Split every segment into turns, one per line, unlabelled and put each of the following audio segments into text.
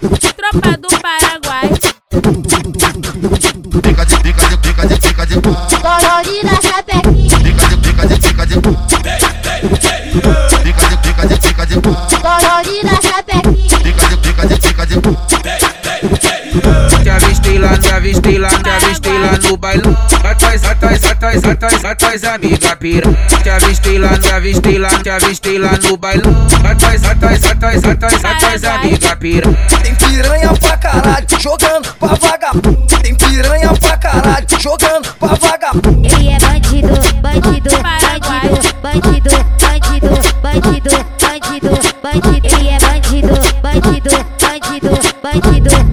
tropa do Paraguai.
Fica de pica de pica de pica de pau.
Dorori na chapequinha,
Pica de pica de pica de pau. Pica de pica de pica de pau.
dorori na chapequinha,
Pica de pica de pica de pau.
Te avistei lá, te avistei lá, te avistei lá no bailão. Atrás, atrás, atrás, atrás, atrás, amiga piranha. Te avistei lá, te avistei lá, te avistei lá no bailão. Atrás, atrás, atrás, atrás, atrás, amiga piranha.
Tem piranha pra caralho, jogando pra vagabundo. Tem piranha pra caralho, jogando pra vagabundo.
Ele é bandido, bandido, bandido, bandido, bandido, bandido, bandido, bandido. Ele é bandido, bandido, bandido, bandido, bandido, bandido, bandido, bandido.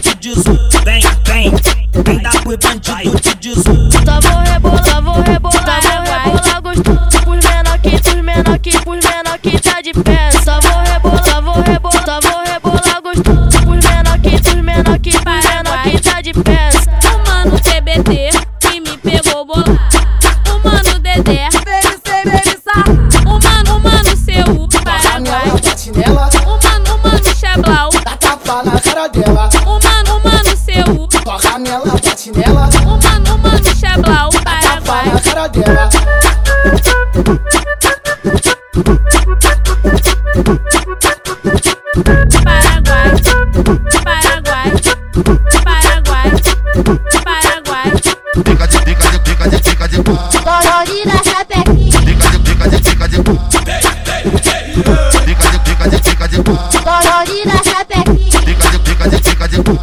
te diz Vem, vem, vem dar pro bandido, te diz
Tá vou rebolar, vou rebolar, vou rebolar gostoso Pros menor que, pros menor que, pros menor que tá de pé Só vou rebolar, vou rebolar, só vou rebolar gostoso Pros menor que, pros menor que, pros menor que tá de pé
O mano TBT que me pegou bolado. O mano Dedé veio ser O mano, o mano seu Paraguai.
patinela,
O mano, o mano Xablau.
dá tapa na cara dela.
O mano, o mano seu.
Toca nela, patinela,
O mano, o mano Xablau.
tapa
Paraguai.
na cara dela.
Paraguai. Paraguai. Paraguai. Paraguai.
Pica de pica de pica de pica de pau.
dorori na chapequinha,
Pica de pica de pica de pau. Pica de pica de pica de pau.
dorori na chapequinha,
Pica de pica de pica de pau.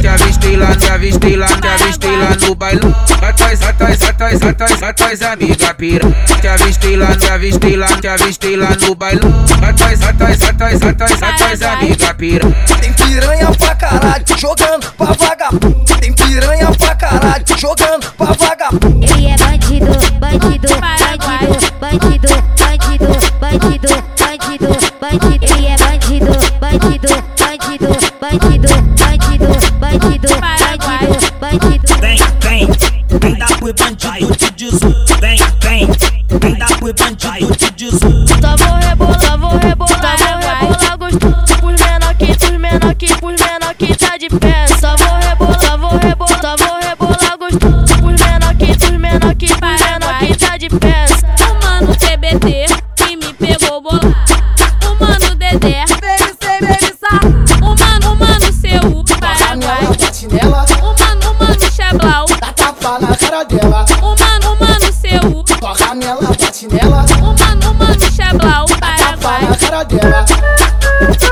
Te avistei lá, te avistei lá, te avistei lá no bailão. Atrás, atrás, atrás, atrás, atrás, amiga piranha. Te avistei lá, te avistei lá, te avistei lá no bailão. Atrás, atrás, atrás, atrás, atrás, amiga piranha.
Tem piranha pra caralho, jogando pra vagabundo. Tem piranha pra caralho, jogando pra vagabundo.
Ele é bandido, bandido, bandido, bandido, bandido, bandido, bandido, bandido. Ele é bandido, bandido, bandido, bandido, bandido, bandido, bandido, bandido.
Vem, vem, vem dar pro bandido, te diz Vem, vem, vem dar pro bandido, te diz
Só vou rebolar, vou rebolar, vou rebolar gostoso Pros menor que, pros menor que, pros menor que tá de pé Só vou rebolar, vou rebolar, só vou rebolar gostoso Pros menor que, pros menor que, pros menor que tá de pé
O mano TBT que me pegou bolado. O mano Dedé veio ser O mano, o mano seu
Toca
Paraguai.
nela, patinela,
O mano, o mano Xablau.
dá tapa na cara dela.
O mano, o mano seu.
Toca nela, patinela,
O mano, o mano Xablau.
tapa
Paraguai.
na cara dela.